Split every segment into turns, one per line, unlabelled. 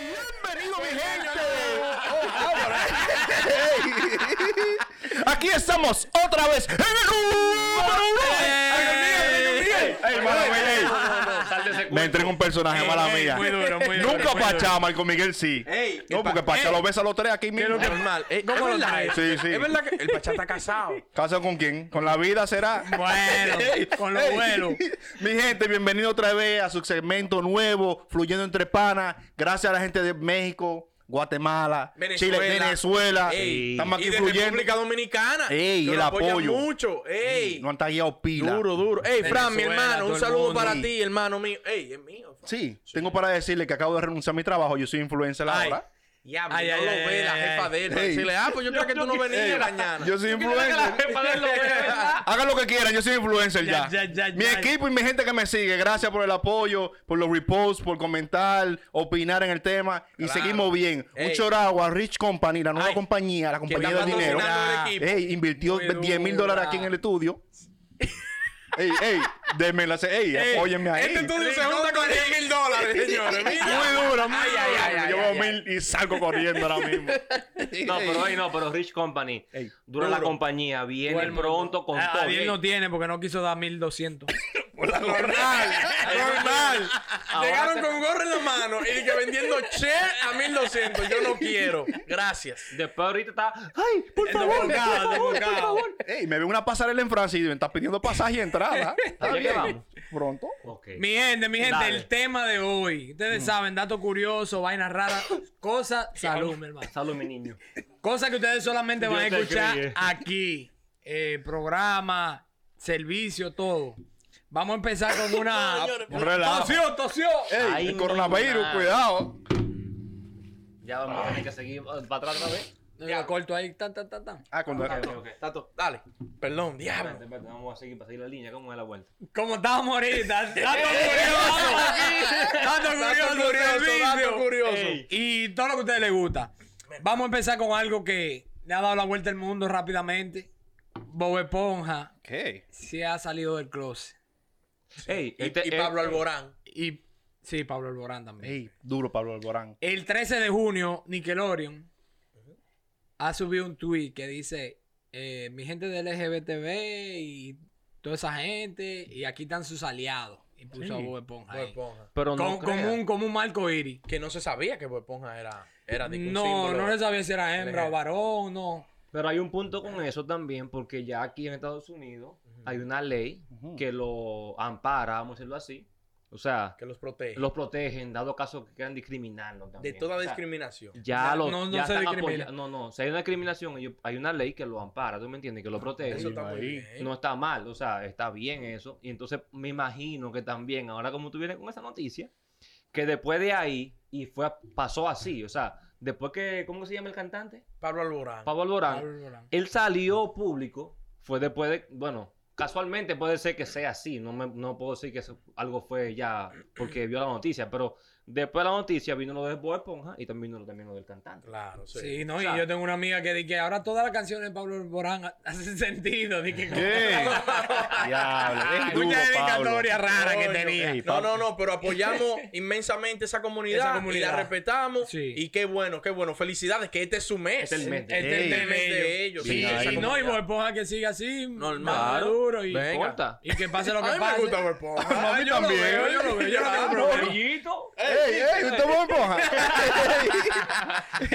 Bienvenido, mi gente. Aquí estamos otra vez en el Me entré en un personaje, mala mía.
Muy duro, muy duro.
Nunca
muy duro.
Pachá, Marco Miguel sí.
Ey,
No,
el pa-
porque Pachá
ey.
lo ves a los tres aquí
Es
mismo.
lo que es normal. Eh,
¿Cómo
es
lo
verdad,
traes?
Sí, sí.
Es verdad que el Pachá está casado.
¿Casado con quién? ¿Con la vida será?
Bueno, con lo
Ey.
bueno.
Mi gente, bienvenido otra vez a su segmento nuevo, Fluyendo Entre Panas. Gracias a la gente de México, Guatemala,
Venezuela.
Chile, Venezuela.
Ey,
Estamos aquí
y de
fluyendo.
República Dominicana.
Ey,
que
el
nos apoyan
apoyo.
mucho. Ey,
No han tagueado pila.
duro, duro. Ey, Fran, mi
Venezuela,
hermano,
todo
un
el
saludo
mundo.
para
Sí.
ti, hermano mío. Ey, es mío. Fran.
Sí, tengo para decirle que acabo de renunciar a mi trabajo. Yo soy influencer
Ay,
ahora.
Ya,
Ay,
no
ay,
lo
ay,
ve
ay,
la
ay.
jefa de él.
Ey.
Decirle, ah, pues yo creo que tú no venías mañana.
Yo soy
que la
influencer.
jefa de él lo vea.
Hagan lo que quieran, yo soy influencer ya.
Ya, ya, ya,
mi
ya.
equipo y mi gente que me sigue, gracias por el apoyo, por los reposts, por comentar, opinar en el tema y
Claro.
seguimos bien.
Ey.
Un choragua, Rich Company, la nueva
Ay,
compañía, la
que
compañía
está
del dinero.
patrocinando el equipo.
Ey, invirtió
Muy
10 mil
dura.
dólares aquí en el estudio. ey, ey, denme la ey,
Ey,
apóyenme ahí.
Este estudio se junta con 10 mil dólares, señores.
Muy duro, muy
Ay,
duro.
ay, ay, ay,
Yo
ay,
veo mil y salgo corriendo ahora mismo.
No, pero hoy no, pero Rich Company.
Ey,
dura la compañía, viene pronto con
A
todo.
¿eh?
Adiel no ah, tiene porque no quiso dar 1200.
Normal, normal.
Ahora
Llegaron
se-
con gorro en la mano y que vendiendo che a 1200. Yo no quiero. Gracias.
Después ahorita está, ¡ah! ay, por
El
favor, por
desbocado,
favor, por
desbocado.
favor.
Ey, me veo una pasarela en Francia y me estás pidiendo pasaje y entrada. Está
¿Ya
bien.
llegamos?
Pronto.
Ok.
Mi gente, mi gente,
Dale. Mm.
el tema de hoy. Ustedes saben, dato curioso, vainas raras, cosas, salud, mi hermano.
Salud, mi niño.
Cosas que ustedes solamente van a
Yo te
escuchar
creí.
aquí. Eh, programa, servicio, todo. Vamos a empezar con una.
Un relajo.
¡Tosió, tosió!
Ey,
Ahí
el
no
coronavirus,
hay nada.
cuidado.
Ya vamos a tener que seguir eh, para atrás otra vez.
Ya corto ahí, tan, tan, tan, tan.
Ah, cuando-
Ok, ok.
Tato, dale. Perdón, diablo.
Espérate, espérate, vamos a seguir para seguir la línea, ¿cómo es la vuelta?
Como estábamos ahorita, dato curioso. dato curioso,
Dato curioso, dato
servicio.
curioso.
Ey.
Y todo lo que a ustedes les gusta. Vamos a empezar con algo que le ha dado la vuelta al mundo rápidamente. Bob Esponja
¿Qué?
se ha salido del closet.
Ey,
Y,
te-
y Pablo
eh,
Alborán.
Y sí, Pablo Alborán también.
Ey, duro Pablo Alborán.
El 13 de junio, Nickelodeon ha subido un tweet que dice: eh, Mi gente de LGBTB y toda esa gente, y aquí están sus aliados. Y puso a Bob Esponja.
Bob
ahí.
Esponja.
Pero no
Como, como
creas.
un, como un marco iris.
Que no se sabía que Bob Esponja era, era de que un
No,
símbolo.
no se sabía si era hembra
LGBTQ.
o varón, no.
Pero hay un punto con eso también, porque ya aquí en Estados Unidos hay una ley
Uh.
que lo ampara, vamos a decirlo así. O sea,
Que los protege.
los protegen, dado caso que quieran discriminarlos también.
de toda
O sea,
discriminación.
Ya
No,
lo
no, no
ya
se
están
discrimina.
apoyando- No, no, si hay una discriminación, ellos- hay una ley que lo ampara, ¿tú me entiendes? Que
Ah,
lo protege.
Eso está muy
ahí.
bien.
No está mal, o sea, está bien eso. Y entonces me imagino que también, ahora como tú vienes con esa noticia, que después de ahí, y fue pasó así, o sea, después que, ¿cómo se llama el cantante?
Pablo Alborán.
Pablo Alborán.
Pablo Alborán.
Él salió público, fue después de, bueno, casualmente puede ser que sea así, no, me- no puedo decir que eso- algo fue ya porque vio la noticia, pero después de la noticia vino lo de Bob Esponja y también vino lo, también lo del cantante.
Claro, sí.
Sí, no,
O
y
sea-
yo tengo una amiga que dice que ahora todas las canciones de Pablo Alborán ha- hacen sentido. Di que
¿Qué? Diablo, es duro,
Muchas
Pablo.
dedicatorias raras que
Coño.
tenía.
Ey,
No,
Pablo.
no, no, pero apoyamos inmensamente esa comunidad,
Esa comunidad.
y la respetamos.
Sí.
Y qué bueno, qué bueno. Felicidades, que este es su mes.
Este es el mes.
Este
Ey.
es el
Ey.
de ellos.
Bien
Sí,
ahí.
sí, no, y Bob Esponja que sigue así,
Normal.
más duro y,
Venga.
Importa.
y que pase lo
A
que
mí me
pase.
gusta Bob Esponja.
A mí
yo lo
también.
veo, yo lo veo, yo no
Ah,
tengo problema.
Brillito.
Ey, ey, usted Bob Esponja.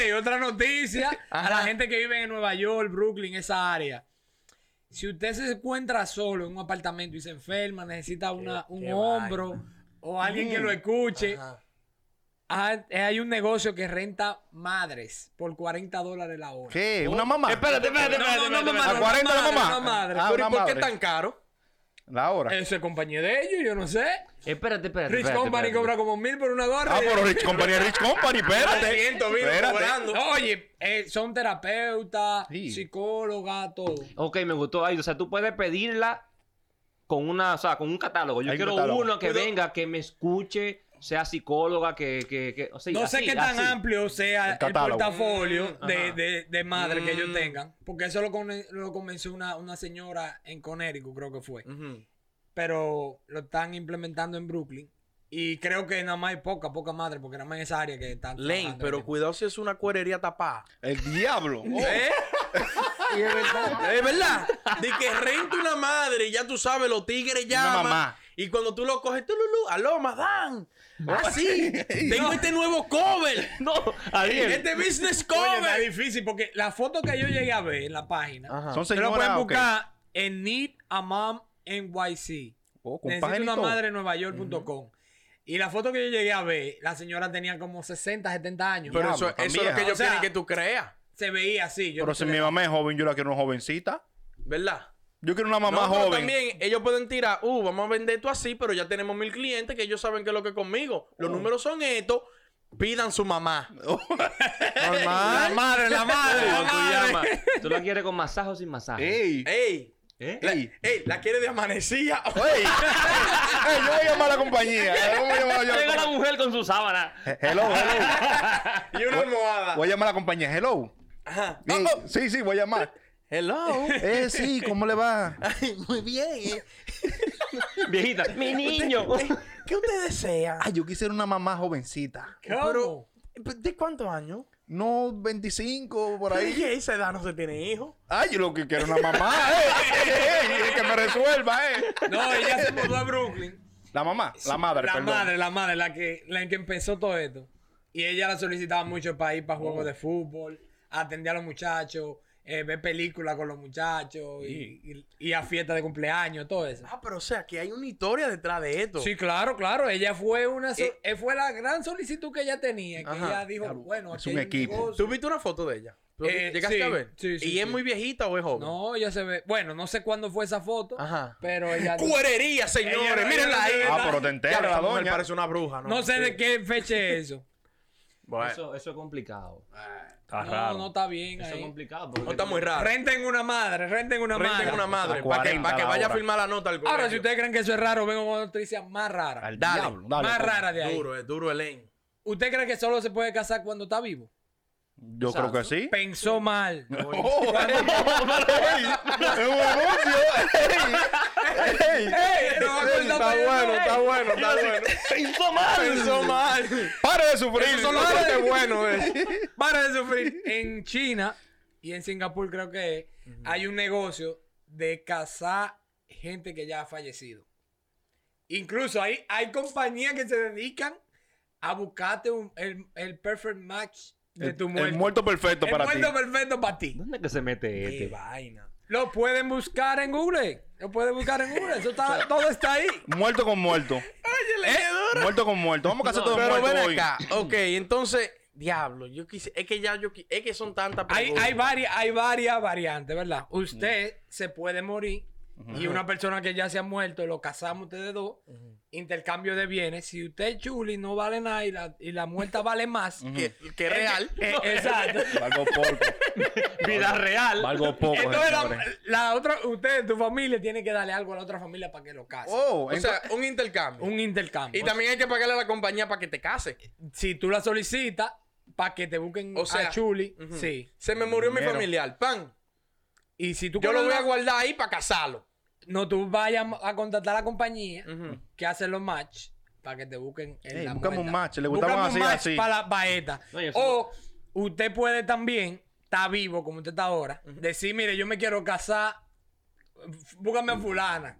Ey, otra noticia a la
Ajá.
gente que vive en Nueva York, Brooklyn, esa área. Si usted se encuentra solo en un apartamento y se enferma, necesita una- un
qué Mm.
hombro o alguien que lo escuche,
Ajá.
ah, hay un negocio que renta madres por 40 dólares la hora.
¿Qué? ¿Una mamá?
Espérate, espérate,
No, no,
espérate.
no,
espérate,
mamá,
espérate.
¿A 40 la
no,
mamá?
no, madre.
Ah, una
Pero ¿y por qué
madre.
tan caro?
La hora.
Eso es compañía de ellos, yo no sé.
Espérate, espérate.
Rich
espérate,
Company
espérate.
cobra como mil por una gorra.
Ah,
y-
pero Rich Company, es Rich Company, espérate.
300 mil
Espérate.
cobrando.
Oye, eh, son terapeutas,
Sí.
psicólogas, todo.
Ok, me gustó ahí. O sea, tú puedes pedirla con una, o sea, con un catálogo. Yo
Hay un
quiero
catálogo.
uno que
Pero-
venga, que me escuche, sea psicóloga, que, que, que o sea,
No sé
así,
qué tan
así.
amplio sea
El
el,
catálogo.
portafolio
Mm,
de,
ajá.
de, de madre que ellos
Mm.
tengan. Porque eso lo, con- lo comenzó una, una señora en Connecticut, creo que fue.
Ujú.
Pero lo están implementando en Brooklyn. Y creo que nada más hay poca, poca madre, porque nada más en esa área que están.
Lane,
trabajando
pero
ahorita.
cuidado si es una cuerería tapada.
El diablo. Oh.
¿Eh? es verdad. De que renta una madre y ya tú sabes, los tigres llaman.
mamá.
Y cuando tú lo coges, tú, Lulú, aló, madame. Así. Tengo este nuevo cover.
No, Ariel.
Este business
Oye, está
cover.
difícil, porque la foto que yo llegué a ver en la página.
Ajá.
Son
Pero pueden
señoras. ok.
buscar en Need a Mom NYC.
Oh, con
Necesito
página y
una
todo.
madre en Nueva York.com. Y la foto que yo llegué a ver, la señora tenía como 60, 70 años.
Pero eso,
Diablo, tan
eso es lo que
vieja.
ellos
O sea,
quieren que tú creas.
se veía así. yo
Pero
no
si
sé
mi
de-
mamá es joven, yo la quiero una jovencita.
¿Verdad?
Yo quiero una mamá
No, pero
joven.
también ellos pueden tirar, uh, vamos a vender esto así, pero ya tenemos mil clientes que ellos saben que es lo que es conmigo.
Oh.
Los números son estos. Pidan su mamá.
La madre, la madre.
Como tú llamas.
¿Tú lo quieres con masaje o sin masaje?
Ey.
Ey,
¿Eh?
la,
Ey.
ey, la quiere de amanecida.
Ey. Ey, yo voy a llamar a la compañía. Yo voy a llamar- yo-
Llega la mujer con su sábana.
Hello, hello.
y una almohada.
Voy a llamar a la compañía. Hello.
Ajá.
Bien.
Oh, oh.
Sí, sí, voy a llamar.
Hello.
Eh, sí, ¿cómo le va?
Ay, muy bien. eh.
Viejita. Mi niño.
¿Qué usted desea?
Ay, yo quisiera una mamá jovencita.
¿Cómo?
pues, ¿De cuántos años?
No, 25, por ahí.
a esa edad no se tiene hijos.
Ay, yo lo que quiero es una mamá. eh, eh, eh, eh, que me resuelva, eh.
No, ella se mudó a Brooklyn.
La mamá, la madre,
la
perdón.
madre, la madre, la que, la que empezó todo esto. Y ella la solicitaba mucho para ir
Oh.
para juegos de fútbol, atender a los muchachos, eh, ver películas con los muchachos y, y- y a fiestas de cumpleaños, todo eso.
Ah, pero o sea, que hay una historia detrás de esto.
Sí, claro, claro. Ella fue una so-
Eh,
eh, fue la gran solicitud que ella tenía, que
Ajá,
ella dijo, bueno,
es
aquí
un
hay
equipo.
negocio.
¿Tú viste una foto de ella? ¿Tú
Eh,
¿Llegaste
sí,
a ver?
sí, sí,
¿Y
sí.
es muy viejita o es joven?
No, ella se ve. Bueno, no sé cuándo fue esa foto,
Ajá.
pero ella
Cuerería, señores.
Ella-
Mírenla ahí.
ella-
Ah, pero te enteras,
Diablo,
la
esa mujer
doña.
parece una bruja, ¿no?
no sé
Sí.
de qué fecha es eso.
Bueno.
Eso, eso es complicado.
no, no está bien
Eso es
ahí.
complicado. porque-
No está muy raro.
Renten una madre, renten una
Renten
madre.
una madre
A
para que,
40
pa' que
la
vaya a
hora.
firmar la nota al
Ahora,
colegio.
si ustedes creen que eso es raro, vengo con una noticia más rara.
Al
Dale.
diablo, dale. pues.
más
coño.
rara de ahí.
Duro, es duro, Elaine.
¿Usted cree que solo se puede casar cuando está vivo?
Yo creo que sí.
Pensó mal.
Oh, ey, ey, es un anuncio. Ey, ey,
Ey, no va a
ey, está
cortar todo,
bueno,
ey.
está bueno, está bueno.
Pensó mal.
Pensó mal.
Para de sufrir.
Eso son los
Pare
hombres
de-
buenos, eh.
Para de sufrir. En China y en Singapur creo que es, hay un negocio de cazar gente que ya ha fallecido. Incluso hay, hay compañías que se dedican a buscarte un- el, el perfect match de tu muerto.
El muerto perfecto
El
para ti.
muerto perfecto para ti.
¿Dónde es que se mete
Qué
este?
vaina.
Lo pueden buscar en Google. Lo pueden buscar en Google. Eso está, todo está ahí.
Muerto con muerto. ¿Eh? Muerto con muerto. Vamos a casar
No,
todo
Pero
muerto
ven
hoy.
acá. Ok, entonces, diablo, yo quise, es que ya yo qui- es que son tantas
Hay,
preguntas.
hay, varias, hay varias variantes, ¿verdad? Usted se puede morir y una persona que ya se ha muerto, lo casamos ustedes dos, intercambio de bienes. Si usted es chuli, no vale nada y la, y la muerta vale más.
que, que es real.
Eh, exacto.
Valgo poco.
Vida real.
Valgo poco.
Entonces, la,
señores.
la otra, usted, tu familia, tiene que darle algo a la otra familia para que lo case.
Oh,
o sea, un intercambio.
Un intercambio.
y también hay que pagarle a la compañía para que te case.
si tú la solicitas, para que te busquen
O sea,
a chuli,
ujú.
sí.
Se me murió mi
Dinero.
familiar, pan.
Y si tú
Yo lo voy a
conoces-
guardar ahí para casarlo.
no tú vayas a contratar a la compañía que hace los match para que te busquen en
Ey,
la
buscamos
muerta.
un match, le gustaban
Buscamos un
así,
match
así.
para la baeta.
No, yo
o usted puede también, está vivo como usted está ahora, decir, mire, yo me quiero casar, f- búscame a fulana.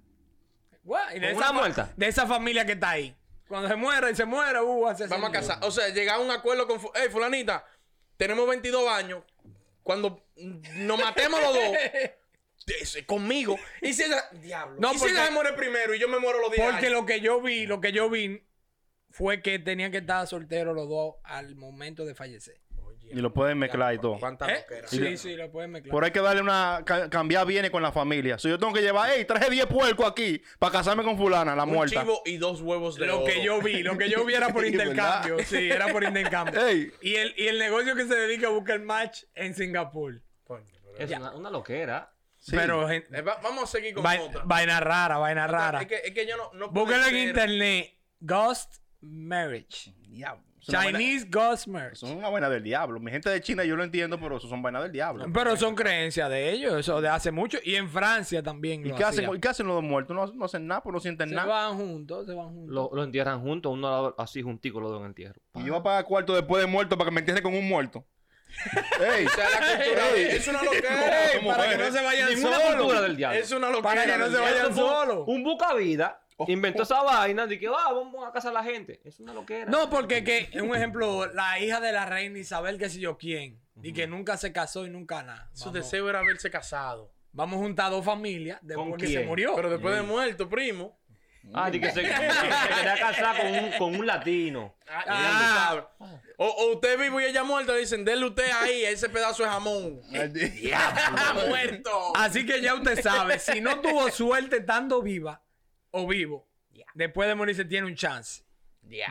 Guau, y de,
¿Con
esa
una
fa-
muerta?
de esa familia que está ahí. Cuando se muera y se muera, uh, hace ese
Vamos a
lío.
casar. O sea, llegar a un acuerdo con. fu- Ey, Fulanita, tenemos 22 años. Cuando mm, nos matemos los dos, es- conmigo. Y si ella. Diablo.
No,
y si
porque-
ella se muere primero y yo me muero los 10
Porque
años?
lo que yo vi, lo que yo vi fue que tenían que estar solteros los dos al momento de fallecer.
y lo pueden mezclar y todo.
¿Cuánta
¿Eh?
loquera?
Sí, sí, lo pueden mezclar.
Por ahí hay que darle una. ca- cambiar bienes con la familia. Si yo tengo que llevar, hey, traje 10 puercos aquí para casarme con Fulana, la
Un
muerta.
chivo y dos huevos de
Lo
oro.
que yo vi, lo que yo vi era por
Sí,
intercambio. Sí, era por intercambio.
Ey.
Y, el, y el negocio que se dedica a buscar match en Singapur.
Es una, una loquera.
Sí.
Pero, gente,
Eh, va- vamos a seguir con
vai-
otra.
vaina rara, vaina rara.
Es que, es que yo no. no puede
Búsquelo en
ser-
internet. Ghost Marriage.
Diablo, una vaina-
Chinese Gosmer.
Son una vaina del diablo. Mi gente de China yo lo entiendo, pero eso son vainas del diablo.
Pero son creencias de ellos, eso de hace mucho. Y en Francia también.
¿Y
lo
qué, hacen,
hacían.
¿Y qué hacen los muertos? No, no hacen nada, pues no sienten
Se
nada.
van juntos, se van juntos.
Lo, lo entierran juntos, uno al lado, así juntico los dos en el entierro.
Y yo voy a pagar cuarto después de muerto para que me entiendan con un muerto. ¡Ey!
O sea, la cultura
Ey.
es una locura.
Ey,
para
mujer.
que no se vayan
Ninguna cultura
solos.
del diablo.
Es una locura.
Para que no Oh, se vayan
Eso fue un-
solos.
Un buca vida inventó esa vaina de que "Ah, vamos a casa a la gente. Es una loquera.
No, porque que, un ejemplo, la hija de la reina Isabel, qué sé yo quién, y que nunca se casó y nunca nada.
Su
Vamos,
deseo era verse casado.
vamos a juntar dos familias después
¿Con
que
quién?
se murió.
Pero después de muerto, primo.
Ah, de que se, se quería casar con un, con un latino.
ah,
Ah.
ya tú sabes. O, o usted vivo y ella muerta, dicen, denle usted ahí ese pedazo de jamón.
El diablo.
¡Está muerto!
Así que ya usted sabe, si no tuvo suerte estando viva o vivo, después de morirse tiene un chance.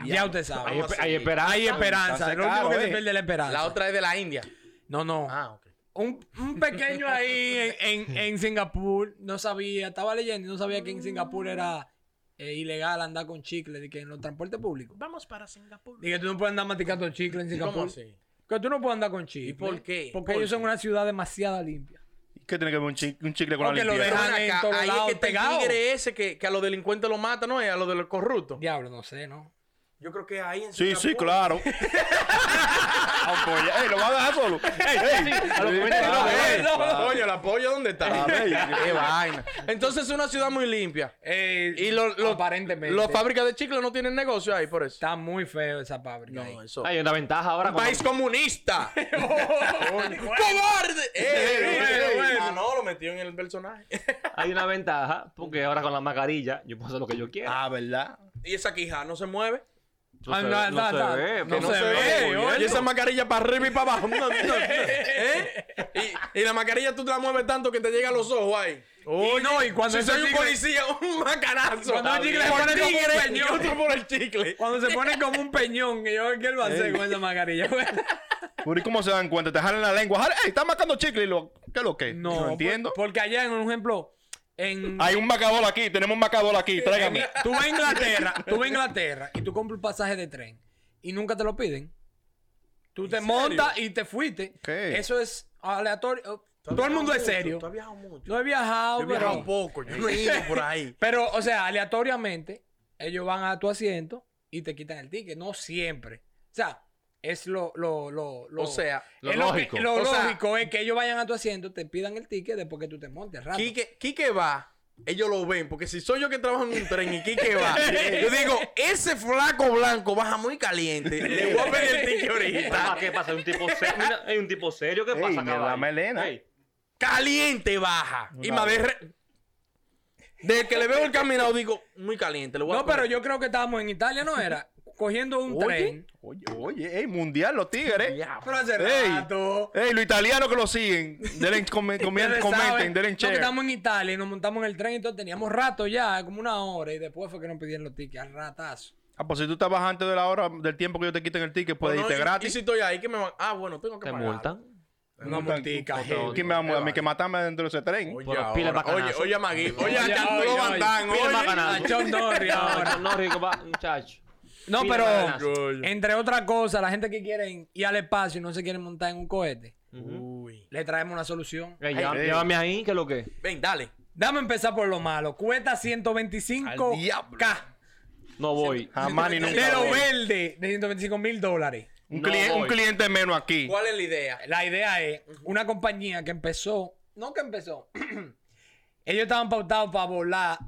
Ya usted sabe.
Hay,
Vamos
espe-
a
hay
seguir.
esperanza.
Hay esperanza.
Chance
Lo último
caro,
que se
eh.
pierde es la esperanza.
La otra es de la India.
No, no.
Ah, ok.
Un, un pequeño ahí en, en- en Singapur, no sabía, estaba leyendo y no sabía que en Singapur era eh, ilegal andar con chicle, de que en los transportes públicos.
Vamos para Singapur.
Y que tú no puedes andar masticando chicle en Singapur.
¿Cómo así?
Que tú no puedes andar con chicle.
¿Y por qué?
Porque
¿Por
ellos
qué?
son una ciudad demasiado limpia.
¿Qué tiene que ver un, chi- un chicle con
Porque
la
lo
limpieza?
dejan- en todos
ahí es
lados
que está
pegados.
el tigre ese que, que a los delincuentes lo mata, ¿no? Es a los de los corruptos.
Diablo, no sé, ¿no?
Yo creo que ahí en
Sí, sí,
Singapur-
claro. Apoya. ¡Ey, lo va a dejar solo! ¡Ey, ey!
a lo que me-
Claro,
no,
ey, Ah,
no,
claro.
Oye, la polla, ¿dónde está?
A ver,
Qué vaina. Entonces es una ciudad muy limpia. Y lo- lo-
aparentemente.
Los fábricas de chicles no tienen negocio ahí por eso.
Está muy feo esa fábrica. ahí.
eso.
Hay una ventaja ahora.
Un
cuando-
país comunista. ¡Cobarde!
ey, ey.
Ah, no, lo metió en el personaje.
Hay una ventaja porque ahora con la mascarilla yo puedo hacer lo que yo quiera.
Ah, ¿verdad?
y esa quija no se mueve.
No
Ah,
se-
no,
no
no,
se
no,
ve,
no
pero-
se ve,
oye.
Y esa mascarilla para arriba y para abajo. No, no, no. ¿Eh? Y, y la mascarilla tú te la mueves tanto que te llega a los ojos ahí.
Y no, y cuando
si
ese
soy un
chicle-
policía, un macanazo.
Cuando un chicle le
por
pone como un
tigre y
peñón.
otro por el chicle.
Cuando se pone como un peñón, que yo, ¿qué él va a hacer con esa mascarilla?
Pero ¿y cómo se dan cuenta? Te jalan la lengua. Jalan, ¡Ey, están marcando chicle! Y lo, ¿Qué es lo que? es?
no, pues,
no entiendo.
por- porque allá, en un ejemplo,
Ah,
en.
Hay un macabol aquí. Tenemos un macabol aquí. Tráigame.
Tú vas a Inglaterra, tú vas a Inglaterra y tú compras un pasaje de tren y nunca te lo piden. Tú te
serio?
montas y te fuiste.
¿Qué?
Eso es aleatorio. Todo el mundo es serio.
Tú has viajado mucho.
No he viajado,
Yo he viajado
pero,
poco. Yo no he ido por ahí.
pero, o sea, aleatoriamente, ellos van a tu asiento y te quitan el ticket. No siempre. O sea, es lo, lo, lo, lo-
O sea,
lo
es lo que-
lógico.
lo
O sea-
lógico es que ellos vayan a tu asiento, te pidan el ticket después que tú te montes. Rato.
Quique, Quique va, ellos lo ven, porque si soy yo que trabajo en un tren y Quique va, yo digo, ese flaco blanco baja muy caliente, le voy a pedir el ticket
Ah,
ahorita.
¿Qué pasa? Hay un tipo serio. Mira, hay un tipo serio que
Ey,
pasa
mira la
caballo.
melena.
Ey,
Caliente baja. Y me de Desde que le veo el caminado, digo, muy caliente, le voy a
No, pero
poner.
yo creo que estábamos en Italia, ¿no era? Cogiendo un
Oye.
tren.
Oye, oye, ey, mundial los tigres.
Pero hace
Ey.
rato.
Ey, los italianos que lo siguen, denle, come- comien-
Ustedes
comenten,
saben,
denle
no, que
share.
estamos en Italia y nos montamos en el tren y todo, teníamos rato ya, como una hora, y después fue que nos pidieron los tickets, al ratazo.
Ah, pues si tú estabas antes de la hora, del tiempo que yo te quiten el ticket,
O
puedes
no,
irte
y- Y
gratis.
si estoy ahí, que me van. Ah, bueno, tengo que
Te
pagar.
multan.
Una multica,
¿Quién
heavy.
¿Quién me va a mudar? A mí que matarme dentro de ese tren.
Oye,
Pero pila de
ahora. oye,
bacanazo.
oye, a Magui. Oye, a
Oye,
Chantulo
oye,
Bandán.
oye. Pila de
oye.
bacanazo.
A John Norrie ahora.
No, no, rico, va, muchacho.
No,
Pila de
pero
ganas.
Oye.
entre otras cosas, la gente que quieren ir al espacio y no se quieren montar en un cohete,
Uy.
le traemos una solución.
Ey, lleva-
ey.
llévame ahí, que lo que.
Ven, dale.
Dame a empezar por lo malo. Cuesta 125
Al diablo.
K
No voy.
Jamás ni
de
nunca.
lo
voy.
verde de 125 mil dólares.
Un,
No
cliente, un
voy.
cliente menos aquí.
¿Cuál es la idea?
La idea es una compañía que empezó, no que empezó, ellos estaban pautados para volar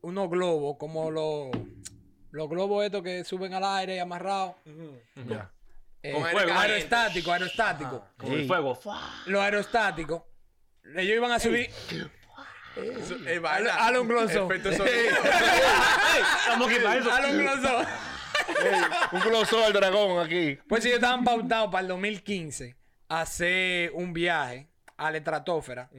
unos globos, como los, los globos estos que suben al aire y amarrados.
Ya.
Eh,
Con aire caliente.
aerostático, aerostático.
Con el fuego.
Los aerostáticos. Ellos iban a subir
Eso, eh,
al,
baila.
al hongroso.
Efecto sonido.
Estamos aquí para eso.
Al hongroso.
Ey, un glosor al dragón aquí.
Pues ellos estaban pautados para el 2015 a hacer un viaje a la estratosfera.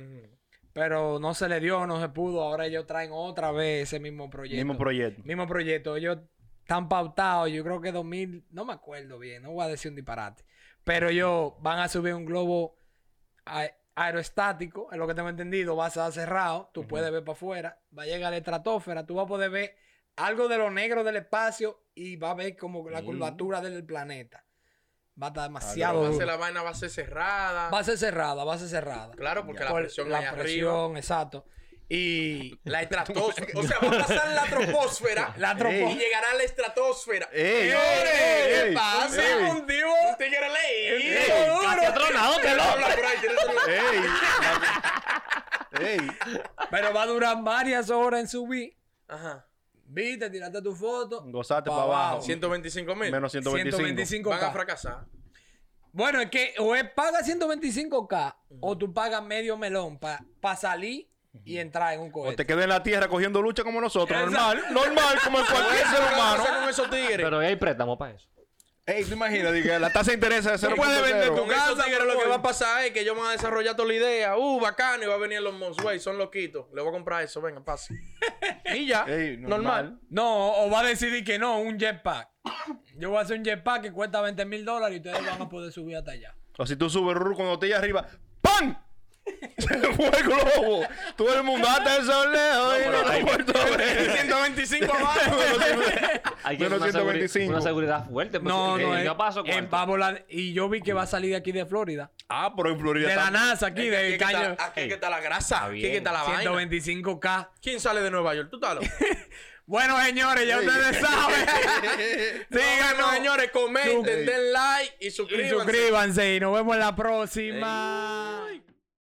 Pero no se le dio, no se pudo. Ahora ellos traen otra vez ese mismo proyecto.
Mismo proyecto.
Mismo proyecto. Ellos están pautados, yo creo que 2000, no me acuerdo bien, no voy a decir un disparate. Pero ellos van a subir un globo a- aerostático, es lo que tengo entendido, va a estar cerrado, tú puedes ver para afuera, va a llegar a la estratosfera, tú vas a poder ver algo de lo negro del espacio y va a ver como la curvatura del planeta. Va a estar demasiado.
Ah, Va a ser
duro.
la vaina va a ser cerrada.
Va a ser cerrada, va a ser cerrada.
Claro, porque la
Por
presión
la
allá arriba.
presión, exacto. Y
La estratosfera. o sea, va a pasar la troposfera.
La tropo-
Y llegará a la estratosfera.
Ey,
Señores,
ey,
¿Qué
ey,
pasa?
ey.
Un tío. Un tigre leído.
Ey,
Casi atronado, te lo-
Habla por ahí, tiene otro-
¡Ey! ¡Ey!
Pero va a durar varias horas en subir.
Ajá.
Viste, tiraste tu foto.
Gozate
pa'
para abajo.
125 mil.
Menos 125.
125.
Van a fracasar.
Bueno, es que o es paga 125k o tú pagas medio melón para salir y entrar en un
O
cohete.
te quedas en la tierra cogiendo lucha como nosotros.
Exacto.
Normal, normal, como en cualquier ser
¿Qué
humano.
pasa con esos tigres?
Pero ahí hay préstamo para eso.
Ey, tú imaginas, diga, la tasa de interés es
No puede
0.0.
vender tu
Con
casa,
eso,
pero
mi
lo que
amor.
va a pasar es que ellos van a desarrollar toda la idea. Uh, bacano, y va a venir los Monsway, son loquitos. Le voy a comprar eso, venga, pase. y ya,
Ey,
normal.
normal.
No, o va a decidir que no, un jetpack. Yo voy a hacer un jetpack que cuesta 20 mil dólares y ustedes van a poder subir hasta allá.
O si tú subes Ruru cuando te llegas arriba, ¡pam! Se fue el globo. Tú el mundaste de soleo y no lo he vuelto a ver.
125 abajo.
Hay que
Menos
una, seguri-
125.
una seguridad fuerte. pues, porque
No, no,
¿y
es-
qué pasó?
en
¿Cuánto?
Pavola- y yo vi que va a salir de aquí de Florida.
Ah, pero en Florida.
De la
también.
NASA, aquí,
Aquí
de
es que está-
caño.
aquí es que está la grasa,
Está
aquí es
bien.
que está la vaina.
125K.
¿Quién sale de Nueva York? Tú estás loco.
Bueno, señores, ya
Sí.
ustedes saben.
Síganos,
Síganos,
señores, comenten, den like y suscríbanse.
Y suscríbanse y nos vemos en la próxima.